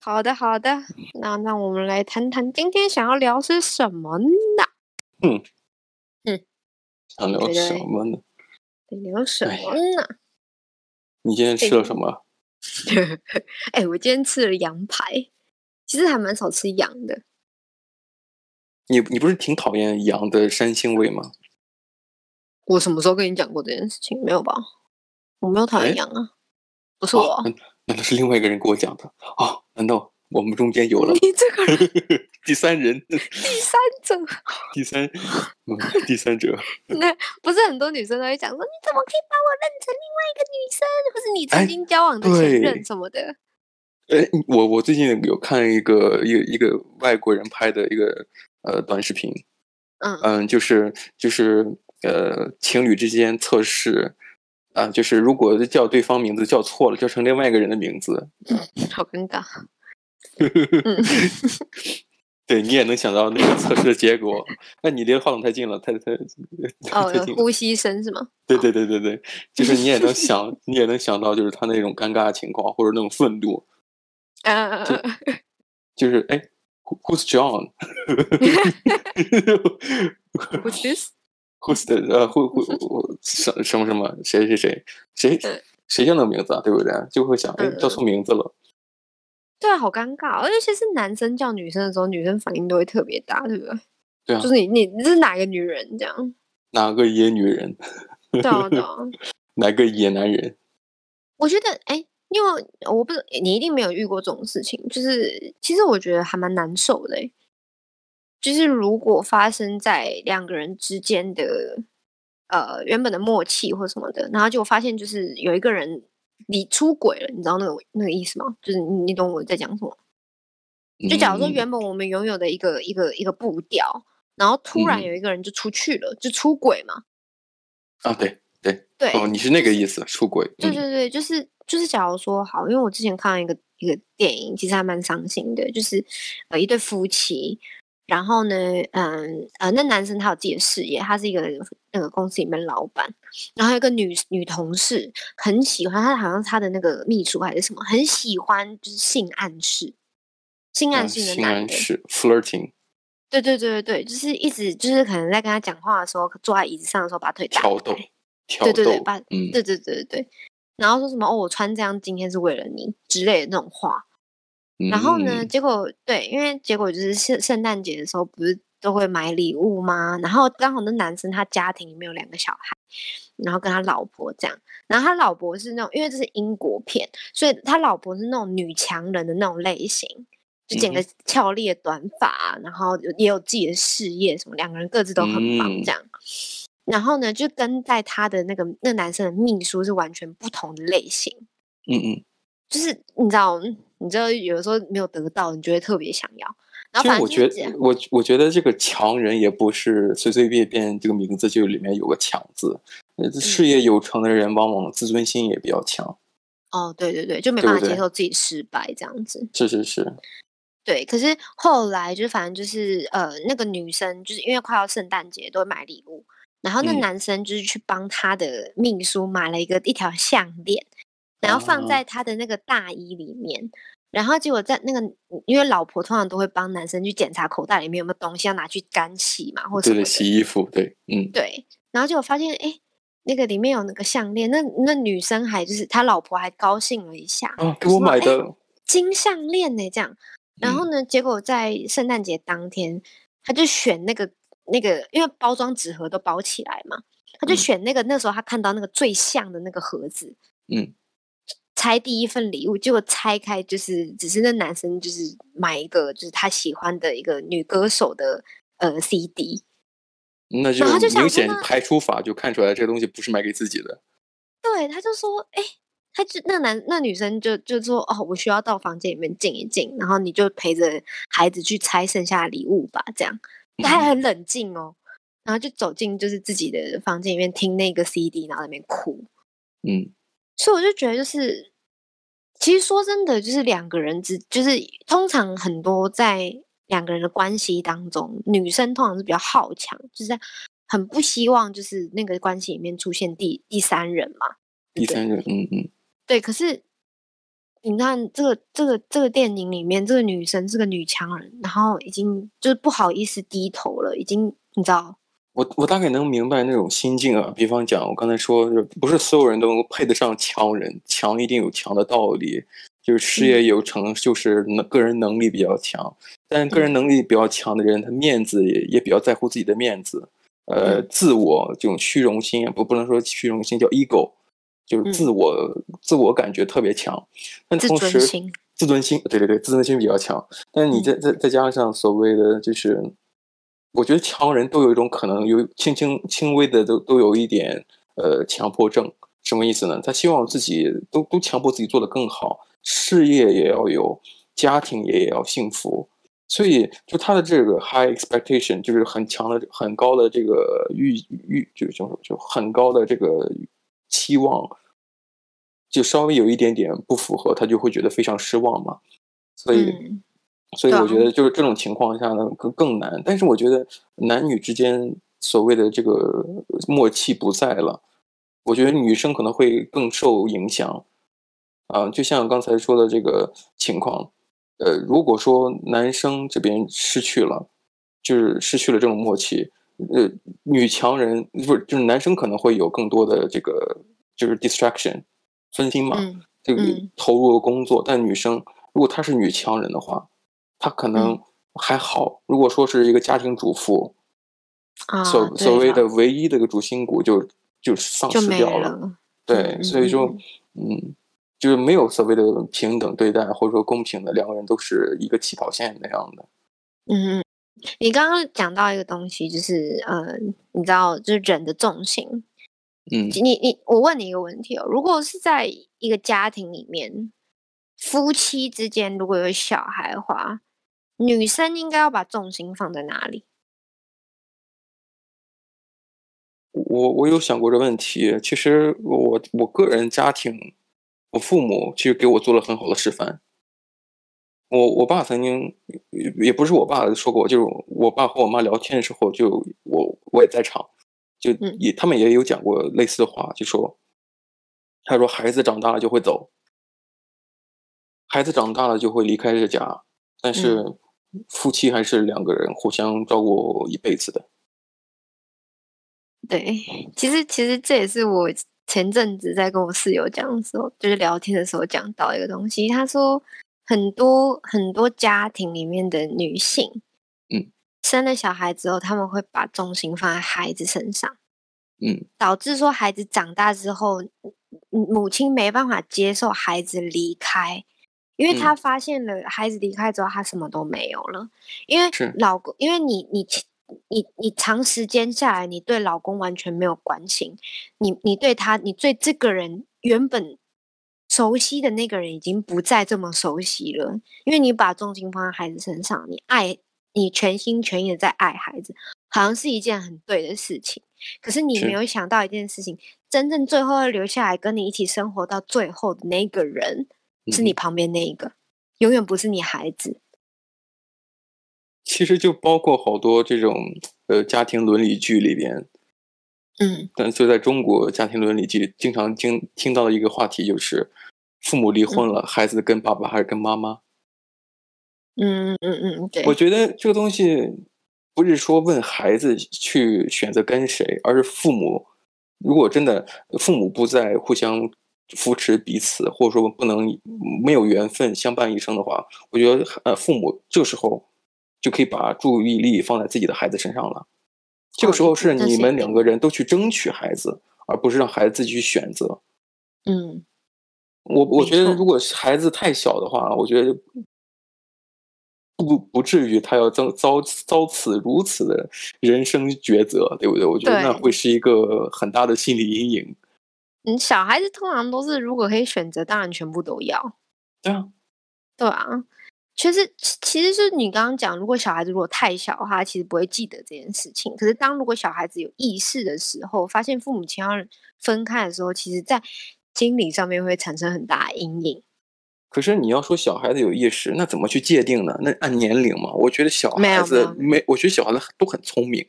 好的，好的，那那我们来谈谈今天想要聊些什么呢？想聊觉得什么呢？聊什哎么呢？你今天吃了什么？ 哎、我今天吃了羊排，其实还蛮少吃羊的。你你不是挺讨厌羊的膻腥味吗？我什么时候跟你讲过这件事情？没有吧？我没有讨厌哎羊啊，不是我哦啊。，难难道是另外一个人给我讲的？哦，难道我们中间有 了你这个人第三人、第三者，第三、嗯、第三者？那不是很多女生都会讲说，你怎么可以把我认成另外一个女生，或是你哎曾经交往的前对任什么的？哎，我我最近有看一个一个一个外国人拍的一个呃短视频，嗯嗯，就是就是呃情侣之间测试。啊，就是如果叫对方名字叫错了，叫成另外一个人的名字，好尴 尬。对你也能想到那个测试的结果。那你离话筒太近了，太太哦， 太有近了。呼吸声是吗？对对对对对，就是你也能想，你也能想到，就是他那种尴尬的情况，或者那种愤怒，呃，就是哎，who-，Who's John？ 啊呼吸声 Who's the 呃，who who- who 什什么什么谁谁谁嗯谁谁叫那个名字啊？对不对？就会想，哎，嗯叫错名字了。对啊，好尴尬哦，尤其是男生叫女生的时候，女生反应都会特别大，对不对？ 对啊就是你你你是哪个女人这样？哪个野女人？对啊对 啊，哪个野男人？我觉得哎、因为我不是你一定没有遇过这种事情，就是其实我觉得还蛮难受的欸、就是如果发生在两个人之间的呃原本的默契或什么的，然后结果发现就是有一个人你出轨了，你知道那个那个意思吗？就是你你懂我在讲什么吗？就假如说嗯原本我们拥有的一个一个一个步调，然后突然嗯有一个人就出去了，就出轨嘛。啊，对对，哦，你是那个意思，出轨。对嗯对对，就是就是，假如说好，因为我之前看到一个一个电影，其实还蛮伤心的，就是呃一对夫妻，然后呢，嗯呃，那男生他有自己的事业，他是一个那个公司里面老板，然后有一个女女同事很喜欢他，好像是他的那个秘书还是什么，很喜欢就是性暗示，性嗯暗示的性男暗的，示 flirting 对对对对对，就是一直就是可能在跟他讲话的时候，坐在椅子上的时候把腿打挑开逗，挑对逗，对对把嗯，对对对对对，然后说什么哦，我穿这样今天是为了你之类的那种话。然后呢，嗯？结果对，因为结果就是圣圣诞节的时候不是都会买礼物吗？然后刚好那男生他家庭里面有两个小孩，然后跟他老婆这样，然后他老婆是那种因为这是英国片，所以他老婆是那种女强人的那种类型。就剪嗯个俏丽的短发，然后有也有自己的事业什么，两个人各自都很忙嗯这样。然后呢，就跟在他的那个那男生的秘书是完全不同的类型，嗯嗯，就是你知道，你知道有的时候没有得到，你就会特别想要。然其后实反我正觉就是这样得，我我觉得这个强人也不是随随便便这个名字就里面有个强字。呃嗯事业有成的人，往往自尊心也比较强。哦，对对对，就没对办不法接对受自己失败这样子。是是是，对，可是后来就反正就是呃，那个女生就是因为快要圣诞节都会买礼物，然后那嗯男生就是去帮他的秘书买了一个一条项链，然后放啊在他的那个大衣里面。然后结果在那个，因为老婆通常都会帮男生去检查口袋里面有没有东西要拿去干洗嘛，或者什么对对，的洗衣服，对，嗯，对，然后结果发现，哎，那个里面有那个项链，那那女生还就是他老婆还高兴了一下，啊，给什我么买哎的，金项链呢，这样。然嗯后呢，结果在圣诞节当天，他就选那个那个，因为包装纸盒都包起来嘛，他就嗯选那个、那时候他看到那个最像的那个盒子，嗯，拆第一份礼物，结果拆开就是只是那男生就是买一个就是他喜欢的一个女歌手的呃 CD，那就然后就想明说显那排除法就看出来这个东西不是买给自己的。对，他就说，哎、他就那男那女生就就说，哦，我需要到房间里面静一静，然后你就陪着孩子去拆剩下的礼物吧，这样。他嗯还很冷静哦，然后就走进就是自己的房间里面听那个 CD，然后在那边哭。嗯，所以我就觉得，就是其实说真的，就是两个人之，就是通常很多在两个人的关系当中，女生通常是比较好强，就是很不希望就是那个关系里面出现第第三人嘛。第对三人，嗯嗯，对，可是你看这个这个这个电影里面，这个女生是个女强人，然后已经就是不好意思低头了，已经你知道，我我大概能明白那种心境啊。比方讲，我刚才说，不是所有人都能够配得上强人，强一定有强的道理。就是事嗯业有成，就是能个人能力比较强，但嗯个人能力比较强的人，他面子也也比较在乎自己的面子，呃，嗯自我这种虚荣心，不不能说虚荣心叫 ego，就是自嗯我、自我感觉特别强，但自同尊时心自尊心，对对对，自尊心比较强，但是你再再再加上所谓的就是，我觉得强人都有一种可能有轻轻轻微的都都有一点呃强迫症，什么意思呢？他希望自己都都强迫自己做得更好，事业也要有，家庭也要幸福，所以就他的这个 high expectation 就是很强的、很高的这个预预，就就就很高的这个期望，就稍微有一点点不符合，他就会觉得非常失望嘛。所以，嗯所以对啊我觉得就是这种情况下呢，更更难。但是我觉得男女之间所谓的这个默契不在了，我觉得女生可能会更受影响。啊，就像刚才说的这个情况，呃，如果说男生这边失去了，就是失去了这种默契，呃，女强人不是就是男生可能会有更多的这个就是 distraction 分心嘛，嗯这个嗯投入工作，但女生如果她是女强人的话，她可能嗯还好。如果说是一个家庭主妇，啊，所对所谓啦的唯一的一个主心骨就就丧就失没掉了。了，对，嗯所以说嗯，嗯，就是没有所谓的平等对待或者说公平的，两个人都是一个起跑线那样的。嗯嗯。你刚刚讲到一个东西，就是呃，你知道，就是人的重心，嗯你你，我问你一个问题哦，如果是在一个家庭里面，夫妻之间如果有小孩的话，女生应该要把重心放在哪里？我我有想过这问题。其实我我个人家庭，我父母其实给我做了很好的示范。我我爸曾经也也不是我爸说过，就是我爸和我妈聊天的时候就，我我也在场，就嗯也、他们也有讲过类似的话，就说他说孩子长大了就会走，孩子长大了就会离开这个家，但嗯是夫妻还是两个人互相照顾一辈子的。对，其实其实这也是我前阵子在跟我室友讲的时候，就是聊天的时候讲到一个东西，他说很多很多家庭里面的女性，嗯，生了小孩之后，他们会把重心放在孩子身上。嗯导致说孩子长大之后，母母亲没办法接受孩子离开，因为嗯她发现了孩子离开之后，她什么都没有了。因为是老公，因为你你你你长时间下来，你对老公完全没有关心，你你对他，你对这个人原本熟悉的那个人已经不再这么熟悉了，因为你把重心放在孩子身上，你爱，你全心全意的在爱孩子，好像是一件很对的事情。可是你是没有想到一件事情，真正最后要留下来跟你一起生活到最后的那个人，嗯是你旁边那一个，永远不是你孩子。其实就包括好多这种呃家庭伦理剧里边，嗯但就在中国家庭伦理剧经常听听到的一个话题就是，父母离婚了，孩子跟爸爸还是跟妈妈？嗯嗯嗯嗯，对我，觉得这个东西不是说问孩子去选择跟谁，而是父母如果真的父母不再互相扶持彼此，或者说不能没有缘分相伴一生的话，我觉得呃父母这时候就可以把注意力放在自己的孩子身上了。这个哦时候这是这你是一们两定个人都去争取孩子，而不是让孩子自己去选择。嗯我我没觉得，错如果是孩子太小的话，我觉得不不至于他要遭遭遭此如此的人生抉择，对不对？我觉得那对会是一个很大的心理阴影。嗯，小孩子通常都是如果可以选择，当然全部都要。对啊，对啊，其实其其实是你刚刚讲，如果小孩子如果太小的话，他其实不会记得这件事情。可是当如果小孩子有意识的时候，发现父母亲要分开的时候，其实在心理上面会产生很大的阴影。 可是你要说小孩子有意识，那怎么去界定呢？那按年龄嘛，我觉得小没有孩没子有没，我觉得小孩子都很聪明，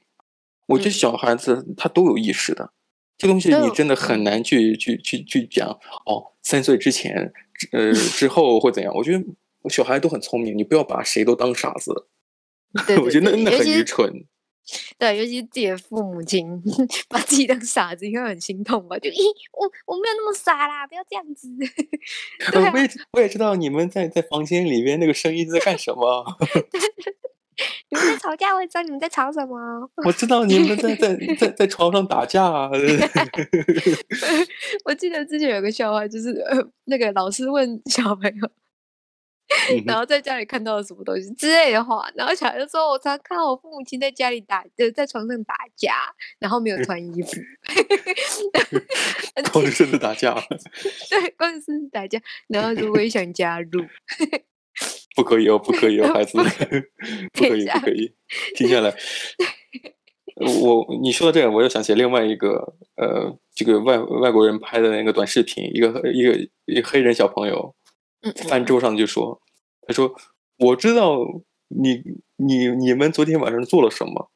我觉得嗯小孩子他都有意识的。这东西都你有真的嗯很难去去去去讲哦，三岁之前呃之后会怎样？我觉得小孩都很聪明，你不要把谁都当傻子。对我觉得对那尤很其愚是蠢。对，尤其是自己的父母亲 把自己当傻子，应该很心痛吧？就咦，我我没有那么傻啦，不要这样子。 对呃啊我也我也知道你们在在房间里边那个声音是在干什么，你们在吵架，我也知道你们在吵什么。我知道你们在在在在床上打架啊。 我记得之前有个笑话，就是呃，那个老师问小朋友，嗯然后在家里看到了什么东西之类的话，然后小孩就说：“我常看到我父母亲在家里打，呃，在床上打架，然后没嗯有穿衣服。 同事的打架啊对，关键是打架，然后如果也想加入，不可以哦， 不可以哦，孩子， 不可等一以，下不可以，停下来。呃我你说到这个，我又想起另外一个呃，这个外外国人拍的那个短视频，一个一个一个黑人小朋友，嗯，饭桌上就说，他说我知道你你你们昨天晚上做了什么，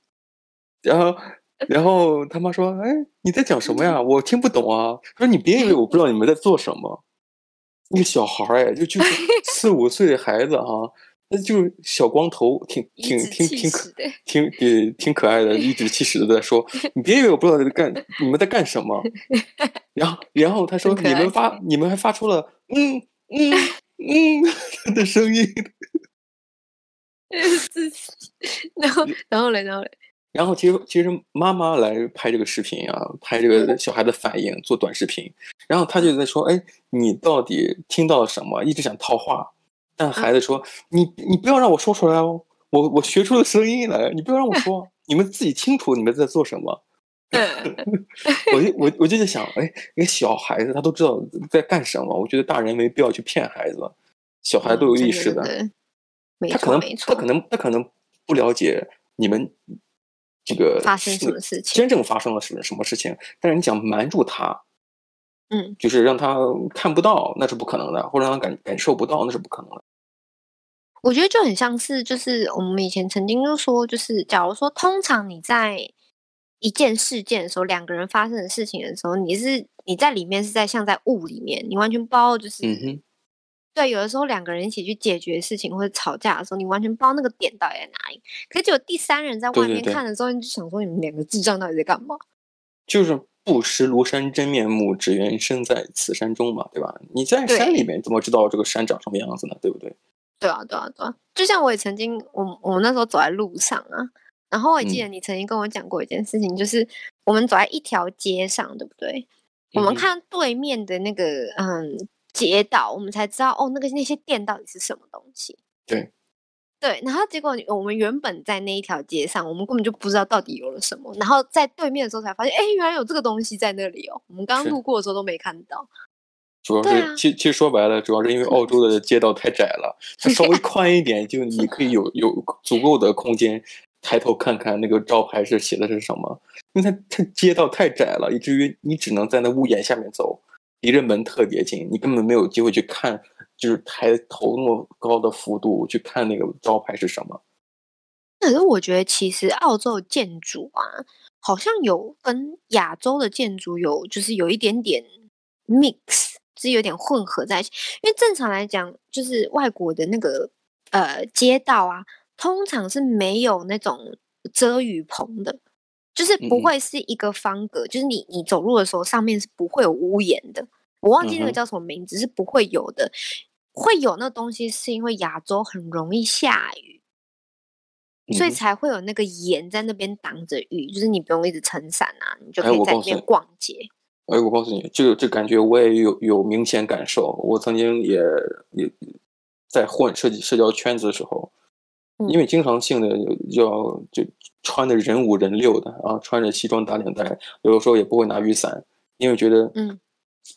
然后呃然后他妈说，哎，你在讲什么呀？我听不懂啊。说你别以为我不知道你们在做什么。那个小孩儿哎，就 就是四五岁的孩子哈、那就是小光头，挺挺颐指挺气挺可使的。挺呃挺可爱的，颐指气使的 在说，你别以为我不知道你在干你们在干什么。然后然后他说很可你们爱发你们还发出了嗯 嗯嗯的声音，自私然嗯后，然后嘞，然后嘞，然后其实其实妈妈来拍这个视频啊，拍这嗯个小孩的反应做短视频，然后她就在说，哎，你到底听到了什么？一直想套话，但孩嗯子说，你你不要让我说出来哦，我我学出了声音来，你不要让我 说，你们自己清楚你们在做什么。嗯，我 就我我就在想，哎，一个小孩子他都知道在干什么，我觉得大人没必要去骗孩子，小孩都有嗯真意识的。真没他可错，能没他错，可能他可能不了解你们这个发生是什么事情？真正发生了什么什么事情，但是你想瞒住他，嗯，就是让他看不到，那是不可能的，或者让他感感受不到，那是不可能的。我觉得就很像是，就是我们以前曾经就说，就是假如说，通常你在一件事件的时候，两个人发生的事情的时候，你是你在里面是在像在雾里面，你完全不知道，就是、嗯哼，对，有的时候两个人一起去解决事情或者吵架的时候，你完全不知道那个点到底在哪里。可是只有第三人在对外对面对看的时候，你就想说你们两个智障到底在干嘛？就是不识庐山真面目，只缘身在此山中嘛，对吧？你在对山里面怎么知道这个山长什么样子呢？对不对？对啊，对啊，对啊。就像我也曾经，我我那时候走在路上啊，然后我也记得嗯你曾经跟我讲过一件事情，就是我们走在一条街上，对不对？我嗯哼们看对面的那个嗯街道，我们才知道哦，那个那些店到底是什么东西。对。对，然后结果我们原本在那一条街上，我们根本就不知道到底有了什么，然后在对面的时候才发现，哎，原来有这个东西在那里哦，我们刚是路过的时候都没看到。主要对是，啊其其实说白了，主要是因为澳洲的街道太窄了，它 稍微宽一点，就你可以有有足够的空间抬头看看那个招牌是写的是什么，因为它它街道太窄了，以至于你只能在那屋檐下面走，离着门特别近，你根本没有机会去看，就是抬头那么高的幅度去看那个招牌是什么。可是我觉得，其实澳洲的建筑啊，好像有跟亚洲的建筑有，就是有一点点 mix，就是有点混合在一起。因为正常来讲，就是外国的那个呃街道啊，通常是没有那种遮雨棚的，就是嗯不嗯会是一个方格，就是你你走路的时候上面是不会有屋檐的。我忘记那嗯个哼叫什么名字，是不会有的。会有那东西，是因为亚洲很容易下雨。所以嗯哼才会有那个盐在那边挡着雨，就是你不用一直撑伞啊，你就哎可以我在告里诉面你逛街。哎，我告诉你，这个这感觉我也有有明显感受。我曾经也也在混社社交圈子的时候，嗯因为经常性的要就穿的人五人六的啊，穿着西装打领带，有的时候也不会拿雨伞，因为觉得嗯，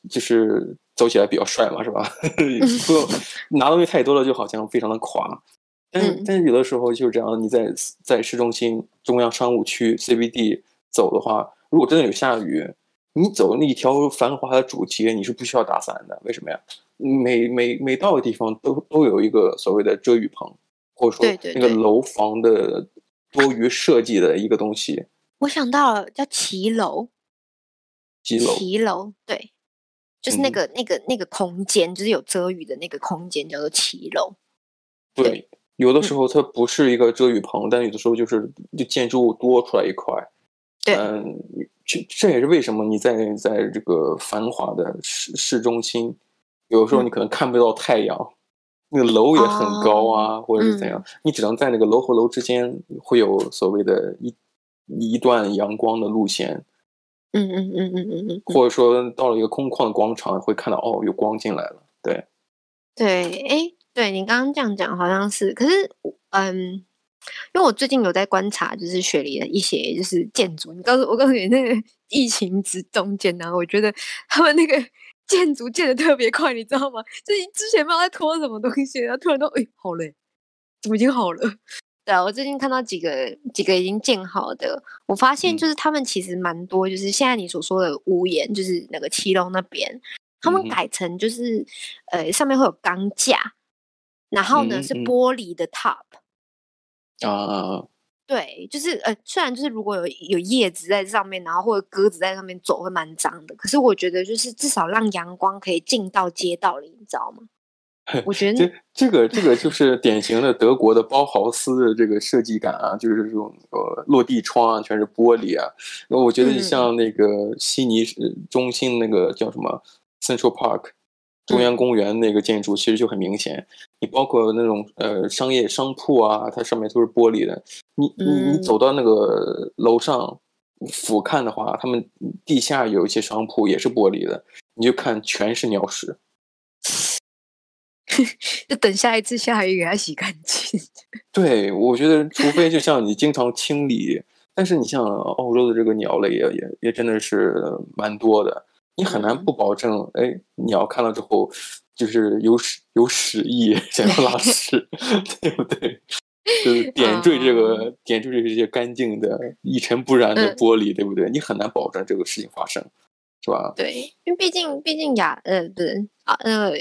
就是走起来比较帅嘛，是吧？ 不用拿东西太多了，就好像非常的垮。但是嗯但是有的时候就是这样，你在在市中心中央商务区 CBD 走的话，如果真的有下雨，你走那一条繁华的主街，你是不需要打伞的。为什么呀？每每每到的地方都都有一个所谓的遮雨棚，或者对说对那个对楼房的多余设计的一个东西，我想到了，叫骑楼，骑楼。骑楼，对，就是那嗯个、那个那个空间，就是有遮雨的那个空间叫做骑楼。对，有嗯的时候它不是一个遮雨棚，但有的时候就是就建筑物多出来一块。对嗯，这这也是为什么你在在这个繁华的市市中心，有嗯时候你可能看不到太阳，那个楼也很高哦啊，或者是怎样，嗯你只能在那个楼和楼之间会有所谓的一一段阳光的路线，嗯嗯嗯嗯嗯嗯，或者说到了一个空旷的广场，会看到哦，有光进来了。对，对，哎，对你刚刚这样讲好像是，可是我嗯，因为我最近有在观察，就是雪梨的一些就是建筑，你告诉我告诉你那个 疫情之中间呢、我觉得 他们那个建筑建的特别快，你知道吗？就是之前不知道在拖什么东西，然后突然都哎好嘞，怎么已经好 了？对啊，我最近看到几个几个已经建好的，我发现嗯就是他们其实蛮多，就是现在你所说的屋檐，就是那个七楼那边，他嗯们哼改成就是、呃上面会有钢架，然后呢、嗯是嗯玻璃的 top，啊，对，就是呃虽然就是如果有有叶子在上面，然后或者鸽子在上面走会蛮脏的，可是我觉得就是至少让阳光可以进到街道里，你知道 吗？我觉得这这个这个就是典型的德国的包豪斯的这个设计感啊，就是这种呃落地窗啊，全是玻璃啊。那我觉得嗯像那个悉尼呃中心那个叫什么 Central Park 中嗯央公园那个建筑，其实就很明显。你包括那种呃商业商铺啊，它上面都是玻璃的。你你你嗯走到那个楼上俯瞰的话，他们地下有一些商铺也是玻璃的，你就看全是鸟屎。就等下一次下雨给它洗干净。对，我觉得除非就像你经常清理，但是你像澳洲的这个鸟类也也也真的是蛮多的，你很难嗯不保证，哎，鸟看到之后就是有屎有屎意，想要拉屎， 对不对？ 就是点缀这个点缀这些干净的、一尘不染的哦嗯玻璃，对不对？你很难保证这个事情发生，是吧？对，因为毕竟毕竟雅呃不是啊呃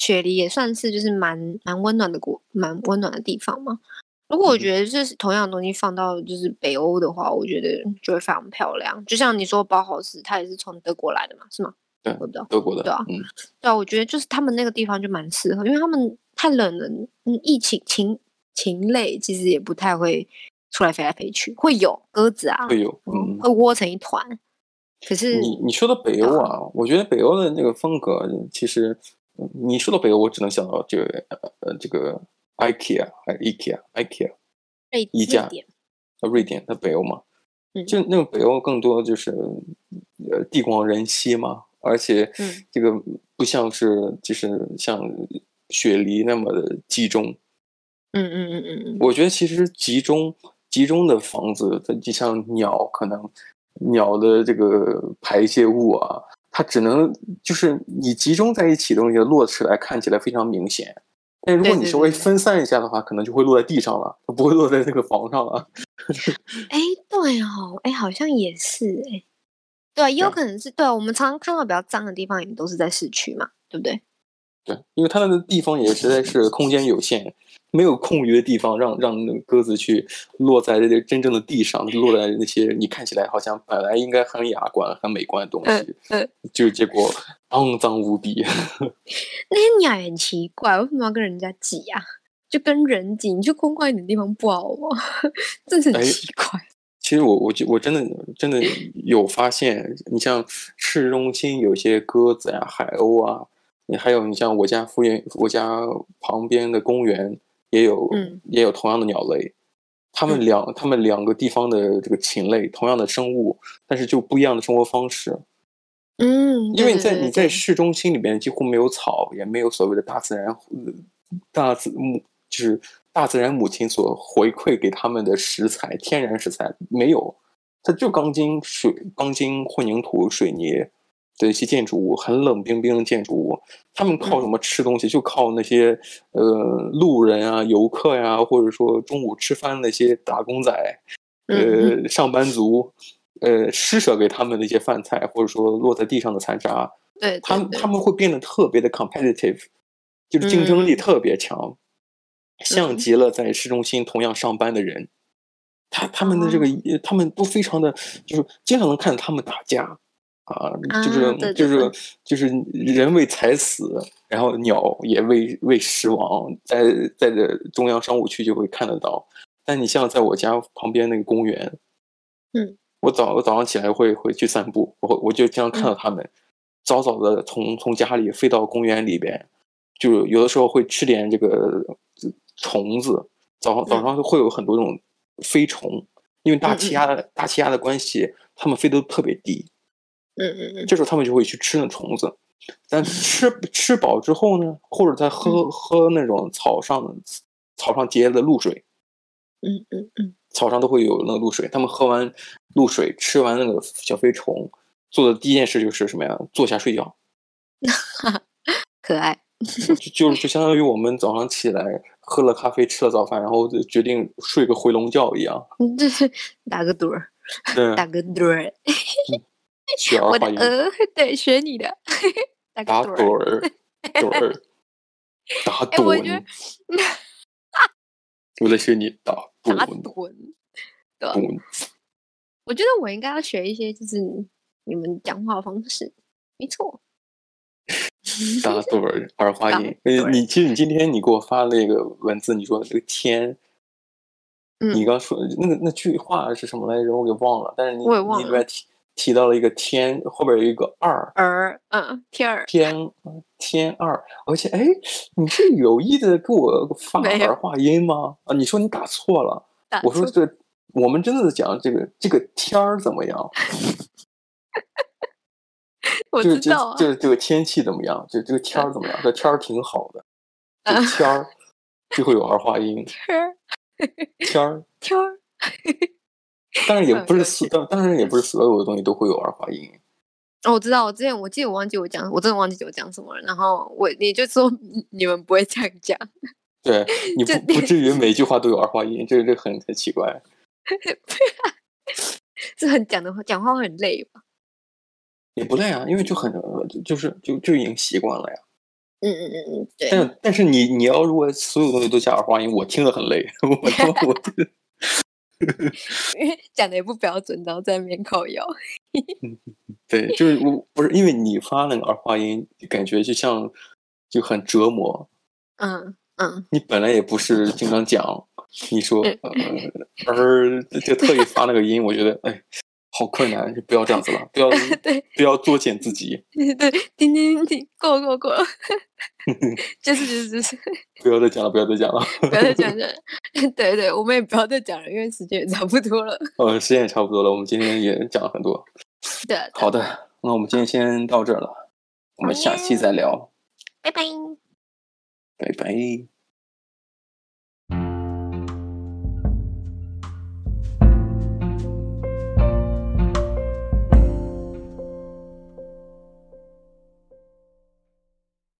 雪梨也算是就是蛮蛮温暖的国蛮温暖的地方嘛。如果我嗯觉得就是同样的东西放到就是北欧的话，我觉得就会非常漂亮。就像你说包豪斯，它也是从德国来的嘛，是吗？对我不知道。德国的，对啊嗯，对啊，我觉得就是他们那个地方就蛮适合，因为他们太冷了，嗯，疫情禽禽类其实也不太会出来飞来飞去，会有鸽子啊，会有，嗯嗯，会窝成一团。可是你你说到北欧啊，我觉得北欧的那个风格，其实嗯你说到北欧，我只能想到这个呃呃这个 IKEA 还是 IKEA，IKEA 瑞宜瑞家典，呃瑞典，它北欧嘛，嗯就那种北欧更多就是呃地广人稀嘛，而且嗯这个不像是就是像雪梨那么的集中，嗯嗯嗯嗯嗯，我觉得其实集中集中的房子，它就像鸟，可能鸟的这个排泄物啊，它只能就是你集中在一起的东西落起来看起来非常明显。但如果对你对稍微对对分散一下的话，可能就会落在地上了，它不会落在那个房上了。哎，对哦，哎，好像也是哎，对啊，也有对可能是对啊，我们常常看到比较脏的地方也都是在市区嘛，对不对？对，因为它的地方也实在是空间有限，没有空余的地方让让那个鸽子去落在这个真正的地上，落在那些你看起来好像本来应该很雅观、很美观的东西，嗯嗯就结果肮脏无比。那些鸟也很奇怪，为什么要跟人家挤啊？就跟人挤，你去空旷一点地方不好吗？ 真是很哎奇怪。其实我我就我真的真的有发现，你像市中心有些鸽子呀、海鸥啊，你还有你像我家附近、我家旁边的公园也有、嗯也有同样的鸟类，它们两、它们两个地方的这个禽类，同样的生物，但是就不一样的生活方式。嗯，因对为你对在对你在对市中心里边几乎没有草，也没有所谓的大自然，呃大自母就是大自然母亲所回馈给他们的食材，天然食材没有，它就钢筋水、钢筋混凝土、水泥的一些建筑物，很冷冰冰的建筑物，他们嗯靠什么吃东西？就靠那些呃路人啊、游客呀、或者说中午吃饭那些打工仔，嗯呃，上班族，呃，施舍给他们的一些饭菜，或者说落在地上的残渣，对，他对们对他们会变得特别的 competitive，就是竞争力嗯特别强，像极了在市中心同样上班的人。哦他他们的这个，他们都非常的，就是经常能看到他们打架，啊，啊就是、对对就是对就是人为财死，然后鸟也为为食亡，在在这中央商务区就会看得到。但你像在我家旁边那个公园，嗯，我早我早上起来会会去散步，我会我就经常看到它们、早早的从从家里飞到公园里边，就有的时候会吃点这个呃虫子，早早上会有很多这种飞虫，因为大气压的大气压的关系，它们飞得特别低，嗯嗯嗯，这时候它们就会去吃那虫子。但吃吃饱之后呢，或者再喝、喝那种草上草上结的露水，嗯嗯嗯，草上都会有那个露水，他们喝完露水，吃完那个小飞虫，做的第一件事就是什么呀？坐下睡 觉。可爱。就就是就相当于我们早上起来喝了咖啡，吃了早饭，然后就决定睡个回笼觉一样。 嗯对，打个盹儿，对，打个盹儿。取而我的化之，呃， 对，学你的， 打个打盹盹儿。儿，盹儿，打哎我觉盹得。 我在学你打盹，打盹。对啊盹。我觉得我应该要学一些，就是你们讲话方式。没错， 打盹儿，儿化打音。盹呃，儿你其实你今天你给我发那个文字，你说这个天，嗯你刚说那个那句话是什么来着？我给忘了。但是你我也忘你里边提提到了一个天，后边有一个二，儿，嗯，天儿，天天二，而且哎，你是有意的给我发没有儿化音吗？啊，你说你打错了。打我说错这我们真的讲这个这个天儿怎么样？我就是知这道啊， 就是这个天气怎么样？就这个天儿怎么样？这天儿挺好的，嗯 这天儿就会有儿化音。天儿，天儿，天儿，当然也嗯不是有所，趣当当然也不是所有的东西都会有儿化音。哦，我知道，我之前我记得我忘记我讲，我真的忘记我讲什么了。然后我你就说你你们不会这样讲，对，你这不不至于每句话都有儿化音，这个这个很很奇怪。这很讲的话讲话会很累吧？也不累啊，因为就很就是就就已经习惯了呀。嗯嗯嗯嗯，对，但但是你你要如果所有东西都加儿化音，我听得很累。 我他妈我因为 讲的也不标准，然后在那边靠腰。对，就是我不是因为你发那个儿化音，感觉就像就很折磨。嗯嗯， 你本来也不是经常讲，你说呃，而就特意发了个音，我觉得哎，好困难，就不要这样子了，不要对不要作践自己，对，停停停，够够 够了， 就是就是就是，不要再讲了，不要再讲了，不要再讲了。 对对，我们也不要再讲了，因为时间也差不多了。 呃，时间也差不多了，我们今天也讲了很多。对啊，对啊好的，那我们今天先到这儿了，我们下期再聊，拜拜。拜拜。